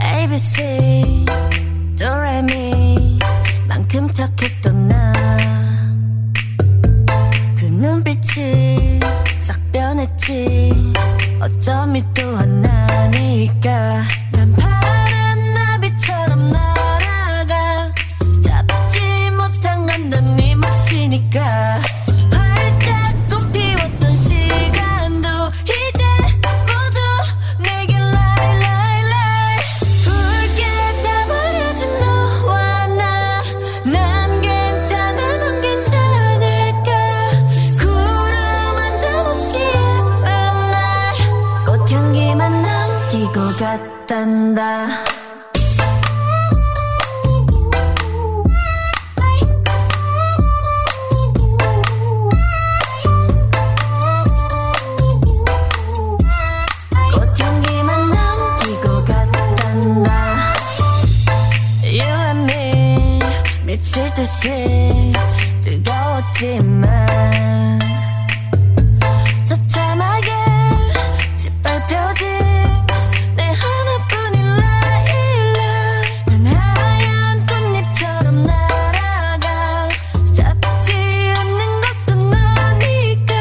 ABC 도레미 만큼 착했던 나 그 눈빛이 싹 변했지 어쩜 이또 하나니까 난 파란 나비처럼 날아가 잡지 못한 건넌 네 몫이니까 활짝 꽃피웠던 시간도 이제 모두 내게 라이 라이 라이 붉게 담아려준 너와 나 난 괜찮아 넌 괜찮을까 구름 한 점 없이 예쁜 날 꽃향기만 남기고 갔단다 꽃향기만 남기고 갔단다 You and me 미칠 듯이 뜨거웠지만 처참하게 짓밟혀진 내 하나뿐인 라일라 난 하얀 꽃잎처럼 날아가 잡지 않는 것은 너니까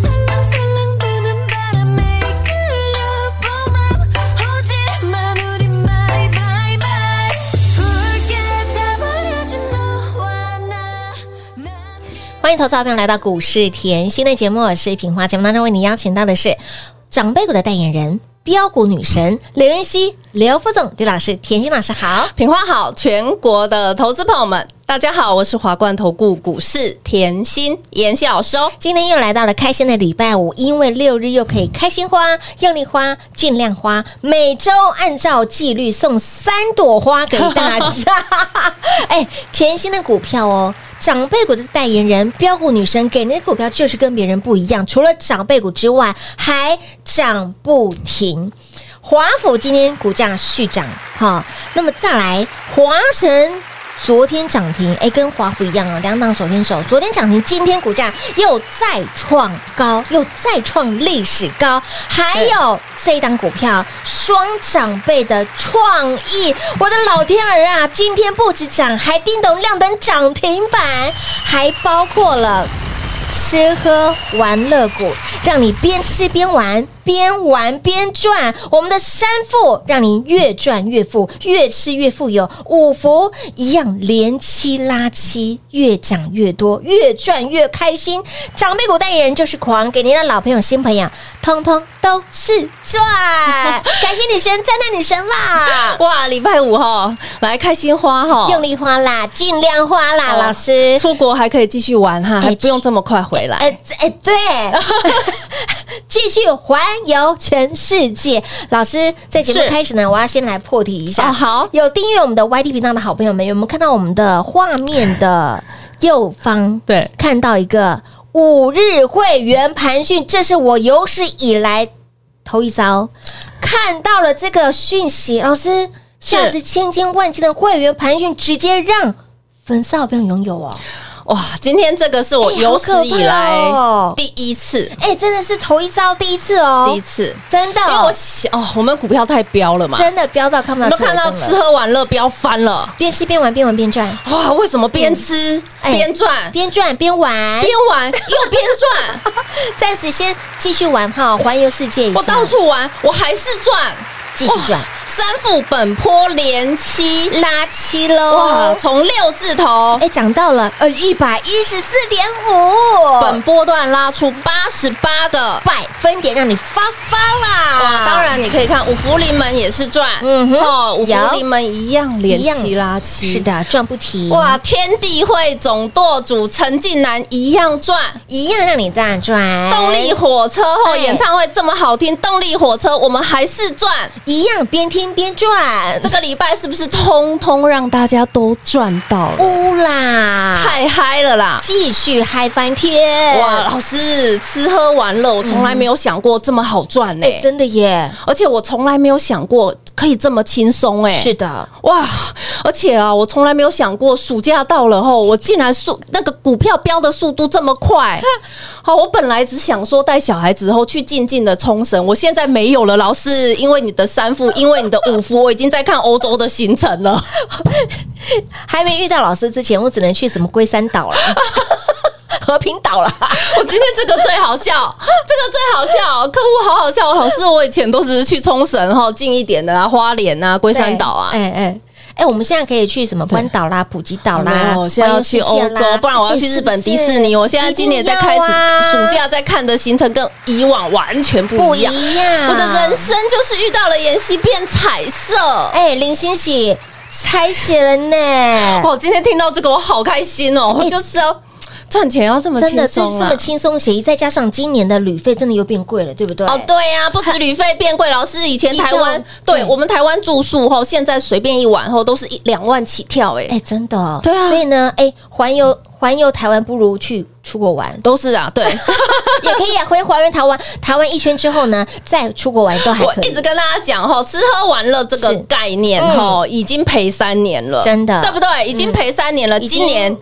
살랑살랑 부는 바람에 끌려보면 오지만 우리 마이 바이 바이 붉게 타버려진 너와 나난 欢迎投资好朋友来到股市甜心的节目，我是平花。节目当中为您邀请到的是长辈股的代言人。标股女神刘妍希、刘副总、刘老师、甜心老师好，品花好，全国的投资朋友们，大家好，我是华冠投顾股市甜心妍希老师哦。今天又来到了开心的礼拜五，因为六日又可以开心花、用力花、尽量花，每周按照纪律送三朵花给大家。 哎，甜心的股票哦，长辈股的代言人标股女神给您的股票就是跟别人不一样，除了长辈股之外，还涨不停。华府今天股价续涨，哈，那么再来华晨。昨天涨停，哎，跟华府一样啊，两档手牵手。昨天涨停，今天股价又再创高，又再创历史高。还有这一档股票，双长辈的创意，我的老天儿啊！今天不止涨，还叮咚亮灯涨停板，还包括了。吃喝玩乐股，让你边吃边玩，边玩边赚。我们的山富让你越赚越富，越吃越富有。五福一样连七拉七，越涨越多，越赚越开心。长辈股代言人就是狂，给您的老朋友、新朋友，通通都是赚。感谢女神，赞叹女神啦！哇，礼拜五哦，来开心花哈、啊用力花啦，尽量花啦，哦老师。出国还可以继续玩哈，哎还不用这么快回来。哎哎，对， 继续环游全世界。老师在节目是开始呢，我要先来破题一下。哦好有订阅我们的 YT 频道的好朋友们，有没有看到我们的画面的右方？ 对看到一个五日会员盘讯，这是我有史以来头一遭看到了这个讯息。老师，价值千金万金的会员盘讯，直接让粉丝好朋友拥有哦。哇，今天这个是我哎有史以好可怕哦来第一次，哎、真的是头一遭，第一次哦，第一次，真的，因为我想哦，我们股票太飙了嘛，真的飙到看不到我车都灯看了，到吃喝玩乐飙翻了。边吃边玩，边玩边赚，哇，为什么边吃哎边赚，边赚边玩边，玩又边赚？暂时先继续玩哈，环游世界一下，我到处玩，我还是赚。继续赚哇，三副本坡连七，拉七哇，喽！从六字头哎，涨到了呃一百一十四点五本波段拉出八十八的。百分点，让你发发啦！哇，当然你可以看五福临门也是赚，嗯哼哦，五福有临门一样连一样七拉七，是的，赚不停哇，，天地会总舵主陈近南一样赚。一样让你大赚，动力火车后哎演唱会这么好听，动力火车我们还是赚。一样边听边赚，这个礼拜是不是通通让大家都赚到了？乌啦，太嗨了啦！继续嗨翻天！哇，老师，吃喝玩乐我从来没有想过这么好赚呢、哎，真的耶，而且我从来没有想过可以这么轻松哎。是的，哇，而且啊，我从来没有想过暑假到了后，我竟然速那个股票飙的速度这么 快。好，我本来只想说带小孩子后去静静的冲绳，我现在没有了，老师，因为你的三副，因为你的五副，我已经在看欧洲的行程了。还没遇到老师之前，我只能去什么龟山岛了。和平岛啦， 我今天这个最好笑， 这个最好笑，客户好好笑。老师，我以前都只是去冲绳哈，近一点的啊，花莲啊， 龟山岛啊对。哎哎哎，我们现在可以去什么关岛啦、普吉岛啦没，有现在要去欧环游世界洲啦，不然我要哎去日是不本是迪士尼。我现在今年在开始一定要啊暑假在看的行程跟以往完全不不一一样样，。我的人生就是遇到了妍希变彩色。哎，林欣喜才写了呢，哦，今天听到这个我好开心哦！我就是要赚钱要这么真轻的是松这啊么！轻松写意，再加上今年的旅费真的又变贵了，对不对？哦，对呀、啊，不止旅费变贵，老师以前机票台湾对对我们台湾住宿后，现在随便一晚后都是一两万起跳哎、哎，真的哦，对啊所以呢，哎，环游环游台湾不如去出国玩，都是啊， 对。也可以啊，回环游台湾台湾一圈之后呢，再出国玩都还我可一以直。跟大家讲哈，吃喝玩乐这个是概念哈，已经赔三年了，嗯真的嗯对不对？已经赔三年了，已经今年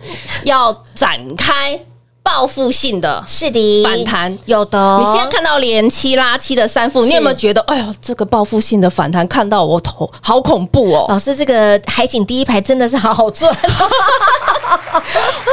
要展开报复性的。是的，反弹有的哦。你现在看到连七拉七的三副，你有没有觉得，哎呦，这个报复性的反弹看到我头好恐怖哦！老师，这个海景第一排真的是好好 赚，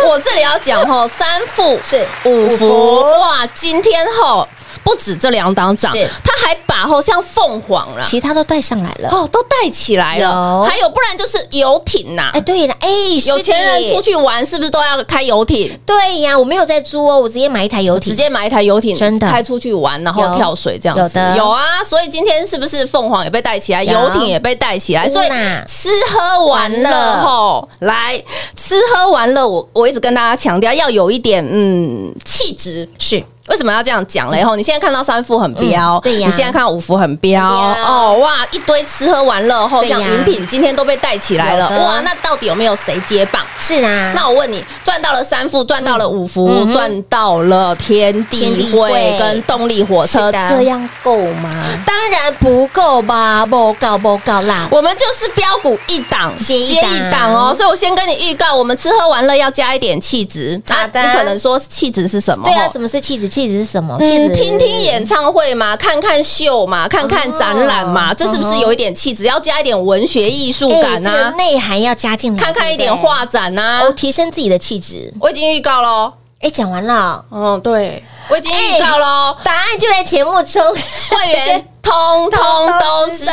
我这里要讲 吼，三副是五五福福哇，今天吼不止这两档涨是，它还把吼像凤凰啦，其他都带上来了。 哦都带起来有了，还有不然就是游艇呐、哎，对了，哎，有钱人出去，去玩是不是都要开游艇？对呀，我没有在租哦，我直接买一台游艇，直接买一台游艇，真的开出去玩，然后有跳水这样子有的有啊。所以今天是不是凤凰也被带起来，有游艇也被带起来？有所以啦吃喝玩乐玩乐吼，来吃喝玩乐，我我一直跟大家强调要有一点嗯气质是。为什么要这样讲嘞？吼，你现在看到三副很标，嗯对呀你现在看到五副很标，很标哦哇，一堆吃喝玩乐，吼，对呀像云品今天都被带起来了有，的哇，那到底有没有谁接棒？是啊，那我问你，赚到了三副，赚到了五福嗯，哼赚、到了天地会跟动力火车，是的这样够吗？当然不够吧，不够不够啦。我们就是标股一档接一档档哦，所以我先跟你预告，我们吃喝玩乐要加一点气质。啊好的你可能说气质是什么？对啊，吼什么是气质？气质是什么？气哦嗯，质听听演唱会嘛，看看秀嘛，看看展览嘛，哦这是不是有一点气质？要加一点文学艺术哎感这个啊，内涵要加进来，看看一点话，画展啊哦，。提升自己的气质。我已经预告喽，哎，讲完了，嗯，对，我已经哎预告哦喽。答案就在节目中。会员通通都知道。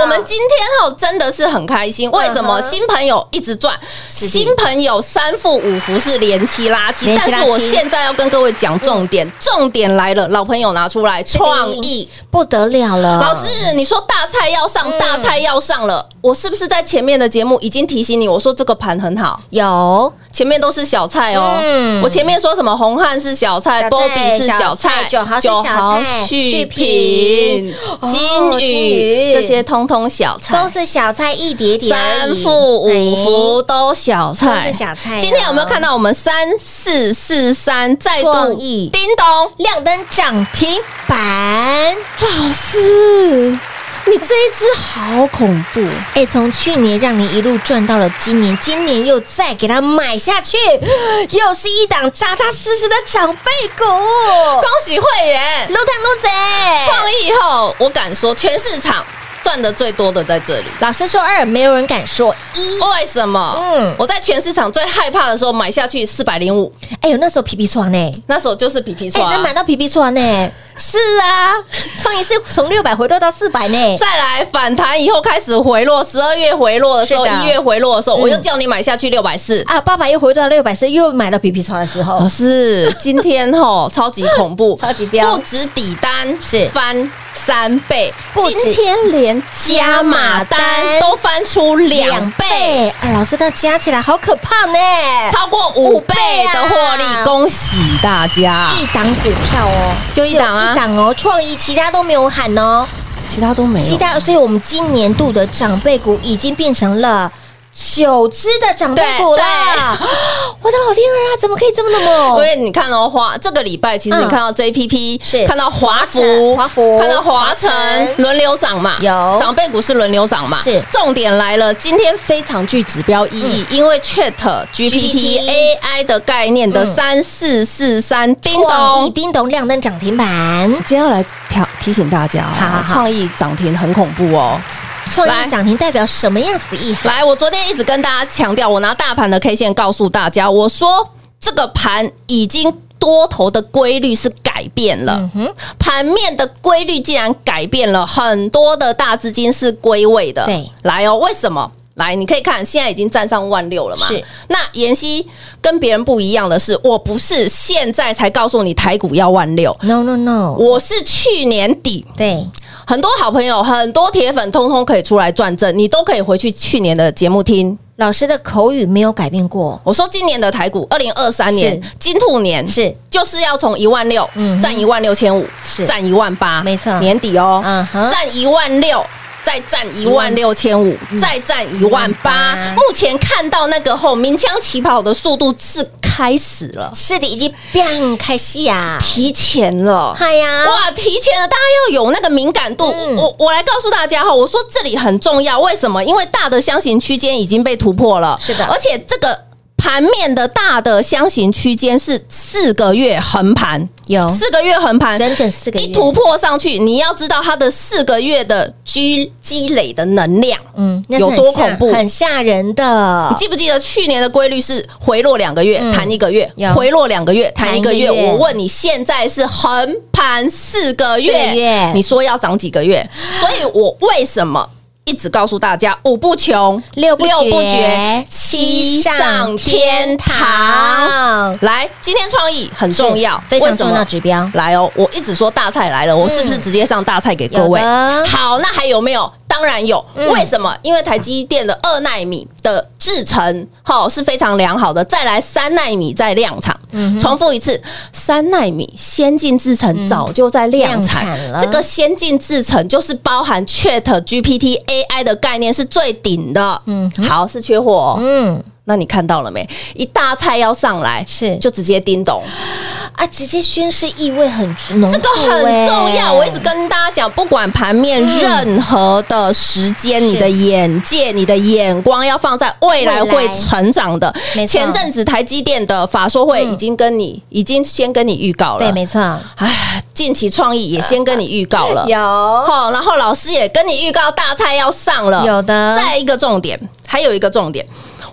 我们今天哦，真的是很开心。为什么嗯哼新朋友一直赚？的新朋友三副五福是连七拉七，连但七嗯拉是七我现在要跟各位讲重点，重点来了，老朋友拿出来创意。 不得了了，老师，你说大菜要上，嗯大菜要上了，我是不是在前面的节目已经提醒你？我说这个盘很好，有前面都是小菜哦。嗯我前面说什么红汉是小菜，小菜波比是小菜，小菜九豪是小菜九豪续品哦、金金鱼鱼这些通通小菜哦都，是小菜一碟碟而哎三已，副五福都小哎都菜是。小菜哦。今天有没有看到我们三四四三再创度意叮咚？亮灯涨停板？老师，你这一只好恐怖！哎，从去年让你一路赚到了今年，今年又再给它买下去，又是一档扎扎实实的长辈 股。恭喜会员撸碳撸贼，创意后，我敢说全市场。赚的最多的在这里。老师说二，没有人敢说一。为什么？嗯嗯，我在全市场最害怕的时候买下去四百零五，哎呦，那时候皮皮床呢？那时候就是皮皮哎、刷、那买到皮皮床呢？ 是啊，创一次从六百回落到四百呢。再来反弹以后开始回落，十二月回落的时候，是的一月回落的时候，嗯我又叫你买下去六百四。啊，八百又回到六百，是又买到皮皮床的时候老，师，今天 吼超级恐怖，超级飙不止底单是翻三倍，不止今天连加码单都翻出两倍，。哎，老师，那加起来好可怕呢！超过五倍的获五倍啊利，恭喜大家！一档股票哦，就一档啊只有一档哦，创意其他都没有喊哦，其他都没其有。他，所以我们今年度的长辈股已经变成了。九只的长辈股对啦对！ 我的老天儿啊，怎么可以这么的因猛？为你看哦，华这个礼拜其实嗯你看到 JPP，、是看到华城福、华福看到华华晨城轮流涨嘛，有长辈股是轮流涨嘛，是嗯重点来了，今天非常具指标意义，因为 Chat GPT GPT AI 的概念的嗯三四四三，叮创意咚。叮咚亮灯涨停板，今天要来提提醒大家、哦，好好好创意涨停很恐怖哦。创来意涨停代表什么样子的意涵？来，我昨天一直跟大家强调，我拿大盘的 K 线告诉大家，我说这个盘已经多头的规律是改变了嗯，哼，盘面的规律竟然改变了，很多的大资金是归位的。对，来哦，为什么？来，你可以看，现在已经站上万六了嘛。是。那妍希跟别人不一样的是，我不是现在才告诉你台股要万六， No no no，我是去年底对，很多好朋友、很多铁粉，通通可以出来转正，你都可以回去去年的节目听。老师的口语没有改变过，我说今年的台股，二零二三年是金兔年是就是要从一万六嗯哼占一万六千五是，占一万八，没错年底哦嗯哼，占一万六。再占一万六千五，再占一万八18,000。目前看到那个后鸣枪起跑的速度是开始了，是的，已经变开戏呀，提前了。嗨呀，哇，提前了，大家要有那个敏感度。啊嗯我我来告诉大家哈，我说这里很重要，为什么？因为大的箱型区间已经被突破了，是的而且这个盘面的大的箱型区间是四个月横盘，有四个月横盘，整整四个月啊一突破上去，你要知道它的四个月的积积累的能量，嗯，那是有很多吓恐怖，很吓人的你。记不记得去年的规律是回落两个月嗯弹一个月有，回落两个月弹一个月？弹一个月我问你，现在是横盘四个四个月月，你说要涨几个月？所以我为什么？一直告诉大家，五不穷，六不六不绝绝，七上天堂。来，今天创意很重要，非常为什重么要指标。来哦，我一直说大菜来了，我是不是直接上大菜给各位？嗯有的好，那还有没有？当然有，嗯为什么？因为台积电的二纳米的制程，哈是非常良好的，再来三纳米再量产。嗯重复一次，三纳米先进制程早就在量产，量产了这个先进制程就是包含 Chat GPT AI 的概念是最顶的。嗯，好，是缺货、哦。嗯那你看到了没？一大菜要上来，是就直接叮咚。啊，直接宣示意味很欸浓厚这欸，个很重要，我一直跟大家讲，不管盘面任何的时间，你的眼界、你的眼光要放在未来未会来成长的没。错嗯前阵子台积电的法说会已经跟你，已经先跟你预告对，了。没错，哎，近期创意也先跟你预告 了。有好，然后老师也跟你预告大菜要上了。哦有的再一个重点，还有一个重点，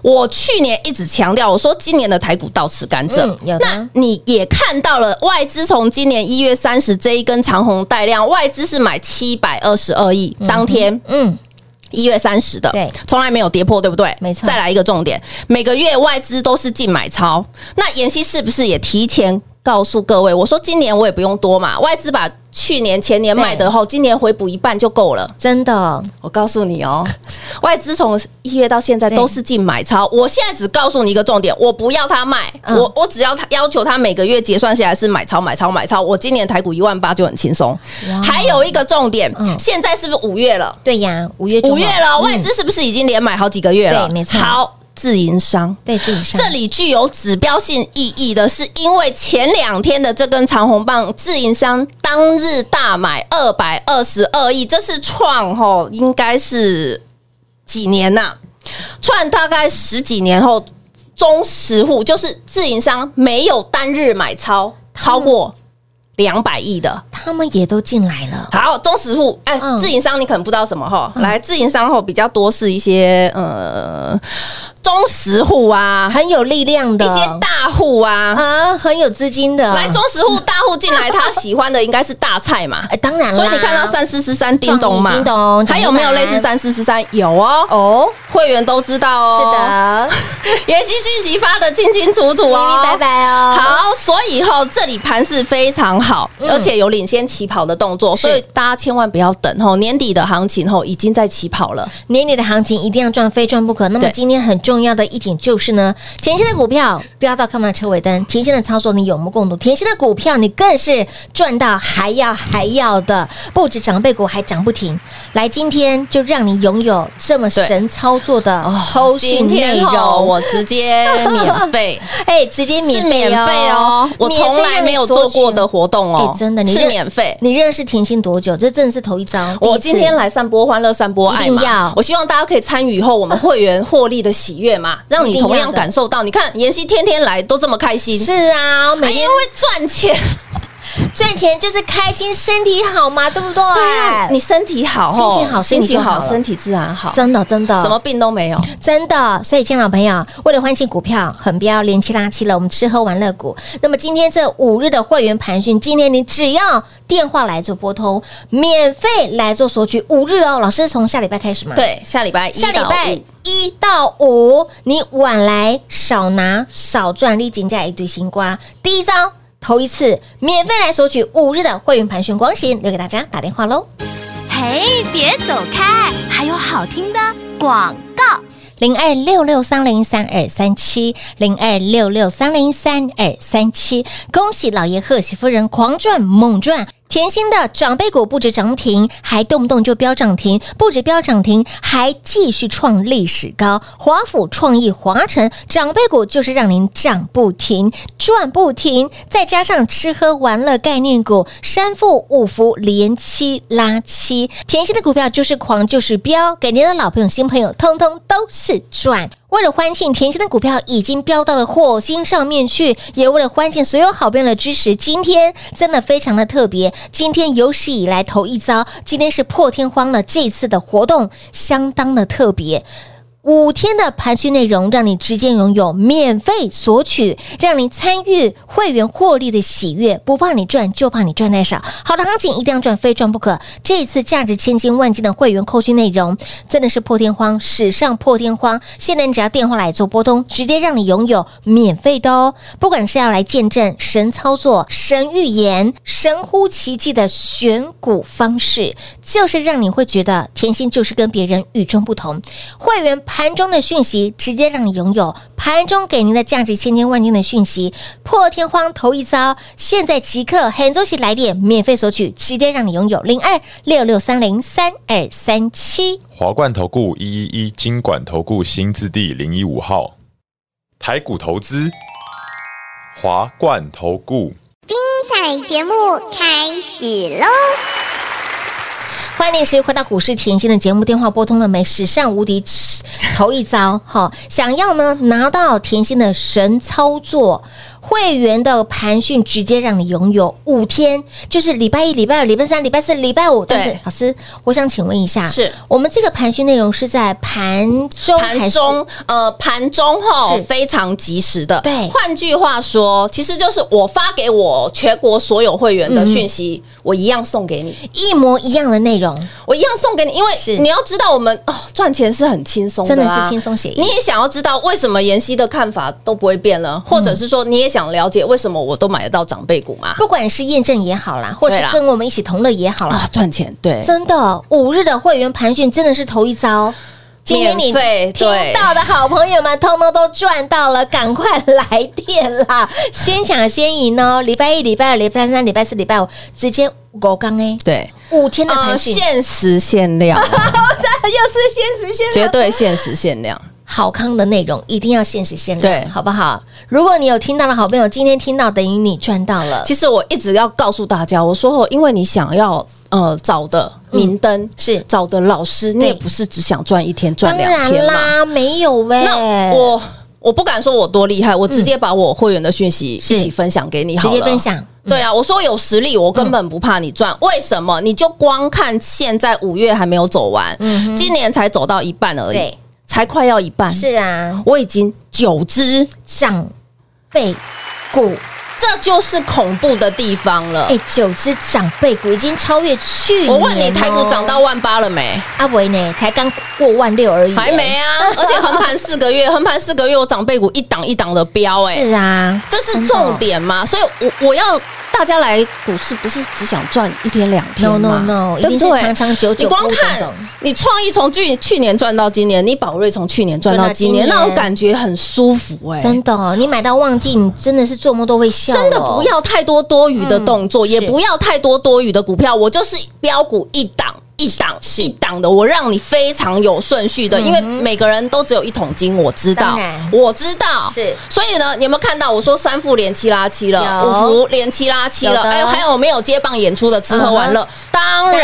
我去年一直强调，我说今年的台股倒吃甘蔗嗯，有的那你也看到了，外资从今年一月三十这一根长红带量，外资是买七百二十二亿，当天嗯，一月三十的，对从来没有跌破，对不对？没错再来一个重点，每个月外资都是净买超，那妍希是不是也提前？告诉各位，我说今年我也不用多嘛，外资把去年前年卖的后，今年回补一半就够了。真的我告诉 你哦，外资从一月到现在都是净买超。我现在只告诉你一个重点，我不要他卖，嗯我我只要他要求他每个月结算下来是买超买超买超。我今年台股一万八就很轻松哇。还有一个重点哦嗯，现在是不是五月了？对呀，五月中五月了，外资嗯是不是已经连买好几个月了？对没错好，自营商。对自己上这里具有指标性意义的是，因为前两天的这根长红棒，自营商当日大买二百二十二亿，这是创吼，应该是几年呐、创大概十几年后，中实户就是自营商没有单日买超超过两百亿的。他们也都进来了。好，中实户，哎、嗯自营商你可能不知道什么哈、来，自营商后比较多是一些呃中实户啊，很有力量的，一些大户啊。啊，很有资金的。来，中实户大户 进来，他喜欢的应该是大菜嘛。哎，当然啦，所以你看到三四十三叮咚嘛，创意叮咚还有没有类似涨三四十三？有哦，哦，会员都知道是哦。的，是的，妍希讯息发的清清楚楚明哦明。白白哦。，好，所以吼这里盘势非常好，嗯而且有领先起跑的动作，所以大家千万不要等吼年底的行情吼已经在起跑了。年底的行情一定要赚，非赚不可。那么对今天很重要的一点就是呢，甜心的股票飙到看不到车尾灯，甜心的操作你有目共睹，甜心的股票你更是赚到还要还要的，不止长辈股还涨不停。来，今天就让你拥有这么对神操作的后续哦今内天吼容，我直接免费，哎，直接免 是免费哦，我从来没有做过的。活动哦哎，真的你是认免费。你认识甜心多久？这真的是头一遭。我第一今次天来散播欢乐，散播爱一定要嘛。我希望大家可以参与后我们会员获利的喜悦嘛，让一你定要同样的感受到。你看妍希天天来都这么开心，是啊，每哎因天为赚钱。赚钱就是开心，身体好嘛，对不对？对啊，你身体好心吼，情好心身体就情好好，了身体自然好，真的真的什么病都没有。真的，所以，亲爱的老朋友，为了欢庆股票很不要连七拉七了，我们吃喝玩乐股。那么今天这五日的会员盘讯，今天你只要电话来做拨通，免费来做索取，五日哦。老师从下礼拜开始嘛？，对，下礼拜一下礼到拜五一到五，你晚来少拿少赚，立金价一堆新瓜。第一招，头一次免费来索取五日的会员盘讯光行，留给大家打电话喽。嘿，别走开，还有好听的广告。零二六六三零三二三七，零二六六三零三二三七。恭喜老爷贺喜夫人狂赚猛赚！甜心的长辈股不止涨停，还动不动就飙涨停，不止飙涨停，还继续创历史高。华府、创意、华晨长辈股就是让您涨不停、赚不停，再加上吃喝玩乐概念股，三富、五福连七拉七，甜心的股票就是狂就是飙，给您的老朋友、新朋友，通通都是赚。为了欢庆甜心的股票已经飙到了火星上面去，也为了欢庆所有好朋友的支持，今天真的非常的特别。今天有史以来头一遭，今天是破天荒了，这次的活动相当的特别。五天的盘讯内容，让你直接拥有免费索取，让你参与会员获利的喜悦。不怕你赚，就怕你赚太少。好的行情一定要赚，非赚不可。这一次价值千金万金的会员扣讯内容，真的是破天荒，史上破天荒。现在你只要电话来做拨通，直接让你拥有免费的哦。不管是要来见证神操作、神预言、神乎其技的选股方式，就是让你会觉得甜心就是跟别人与众不同。会员盘中的讯息，直接让你拥有盘中给您的价值千金万金的讯息，破天荒头一遭，现在即刻很周期来电免费索取，直接让你拥有零二六六三零三二三七。华冠投顾一一一金管投顾新字第零一五号，台股投资，华冠投顾。彩节目开始喽！欢迎你持续回到股市甜心的节目，电话拨通了没？史上无敌，头一遭哈！想要呢拿到甜心的神操作会员的盘讯，直接让你拥有五天，就是礼拜一、礼拜二、礼拜三、礼拜四、礼拜五。对但是老师，我想请问一下，是我们这个盘讯内容是在盘中还是盘中，呃，盘中吼是非常及时的。对换句话说，其实就是我发给我全国所有会员嗯的讯息，我一样送给你，一模一样的内容？我一样送给你，因为是你要知道，我们哦赚钱是很轻松的、啊，真的是轻松写意你也想要知道为什么妍希的看法都不会变了，嗯或者是说你也想了解为什么我都买得到长辈股嘛？不管是验证也好啦，或者对是啦跟我们一起同乐也好啦，啊，赚钱对。真的，五日的会员盘讯真的是头一遭。今天你免费听对到的好朋友们，通通都赚到了，赶快来电啦！ 先抢先赢哦！礼拜一、礼拜二、礼拜三、礼拜四、礼拜五，直接五刚哎，对，五天的呃，盘 讯，限时限量，啊 又是限时限绝对限时限量。好康的内容一定要限时限量，对好不好？如果你有听到的好朋友，今天听到，等于你赚到了。其实我一直要告诉大家，我说哦，因为你想要呃找的明灯、嗯是找的老师，你也不是只想赚一天赚当两天然嘛。啦，没有喂、那我我不敢说我多厉害，我直接把我会员的讯息一起分享给你好直了，接分享。对啊，我说有实力，我根本不怕你赚。为什么？你就光看现在五月还没有走完，今年才走到一半而已嗯对，才快要一半。是啊，我已经九只，长辈股，这就是恐怖的地方了。哎，九只长辈股已经超越去年哦。我问你，台股涨到万八了没？阿维呢，才刚过万六而已，还没 啊！而且横盘四个月，横盘四个月，我长辈股一档一档的飙，哎，是嗯啊，这是重点嘛？所以我，我要大家来股市，不是只想赚一天两天 No 嘛 no no，对不一定是对长长久久你光不等看等你创意从去去年赚到今年，你宝瑞从去年赚到今年，赚到今年那种感觉很舒服哎、真的哦，你买到忘记，你真的是做梦都会笑哦。真的不要太多多余的动作，嗯也是不要太多多余的股票，我就是标股一档。一档一档的，我让你非常有顺序的，因为每个人都只有一桶金，我知道嗯当然，我知道，是所以呢，你有没有看到我说三副连七拉七了，有五福连七拉七了，有的嗯哎，还有没有接棒演出的吃喝玩乐？当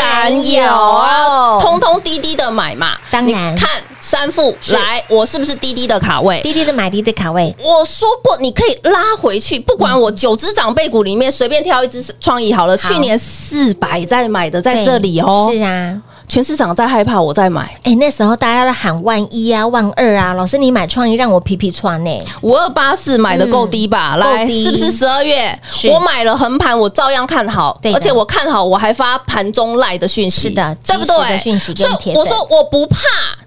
当然然有啊，有通通滴滴的买嘛。当你然看三副来，我是不是滴滴的卡位？滴滴的买滴滴卡位，我说过，你可以拉回去，不管我九只长辈股里面随便挑一只创意好了。去年四百在买的在这里哦对，是啊，全市场在害怕，我在买哎，那时候大家都喊万一啊、万二啊，老师你买创意让我皮皮穿呢，五二八四买的够低吧？来，嗯够低是不是十二月是我买了横盘，我照样看好对，的而且我看好，我还发盘中赖的讯息，是的对不及时的对？讯息给所你以铁粉我说我不怕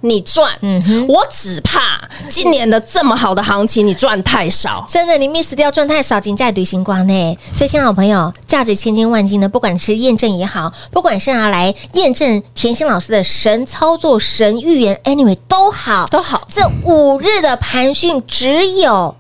你赚，嗯哼我只怕今年的这么好的行情你赚太少。真的，你 miss 掉赚太少，金价旅行光呢。所以，亲爱的朋友，价值千金万金的，不管是验证也好，不管是拿来验证甜心老师的神操作、神预言，anyway 都好，都好这五日的盘讯只有。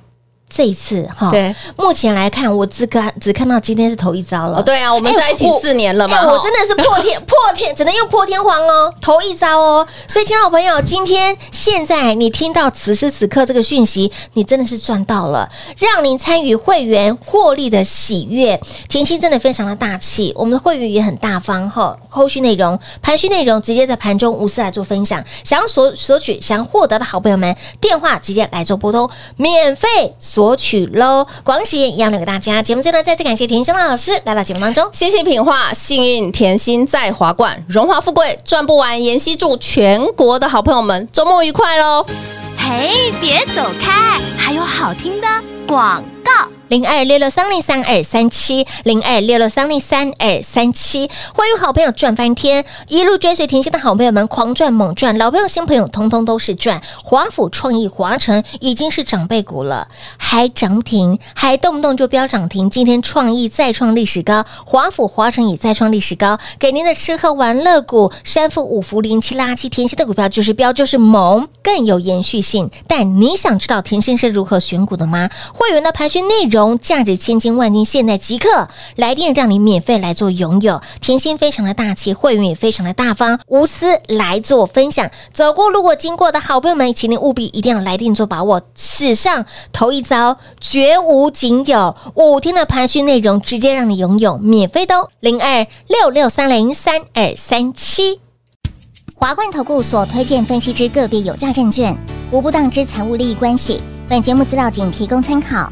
这一次哈，对，目前来看，我只看只看到今天是头一招了。哦，对啊，我们哎在一起我四年了嘛，哎我吼真的是破天破天，只能用破天荒哦， 头一招哦。所以，亲爱的朋友，今天现在你听到此时此刻这个讯息，你真的是赚到了，让您参与会员获利的喜悦。甜心真的非常的大气，我们的会员也很大方哈。后续内容、盘续内容直接在盘中无私来做分享，想要索索取、想要获得的好朋友们，电话直接来做拨通，免费索取喽。广喜也一样留给大家。节目最后呢，再次感谢甜心老师来到节目当中。谢谢品画，幸运甜心在华冠，荣华富贵赚不完。妍希祝全国的好朋友们周末愉快喽！嘿，别走开，还有好听的广告。零二六六三零三二三七，零二六六三零三二三七，欢迎好朋友赚翻天，一路追随甜心的好朋友们狂赚猛赚，老朋友新朋友通通都是赚。华府创意华晨已经是长辈股了，还涨停，还动不动就飙涨停。今天创意再创历史高，华府华晨也再创历史高，给您的吃喝玩乐股，三富五福零七垃圾甜心的股票就是标就是猛，更有延续性。但你想知道甜心是如何选股的吗？会员的盘讯内容价值千金万金，现在即刻来电让你免费来做拥有。甜心非常的大气，会员也非常的大方，无私来做分享。走过路过经过的好朋友们，请您务必一定要来电做把握，史上头一遭，绝无仅有。五天的盘讯内容直接让你拥有，免费的哦，零二六六三零三二三七。华冠投顾所推荐分析之个别有价证券，无不当之财务利益关系。本节目资料仅提供参考，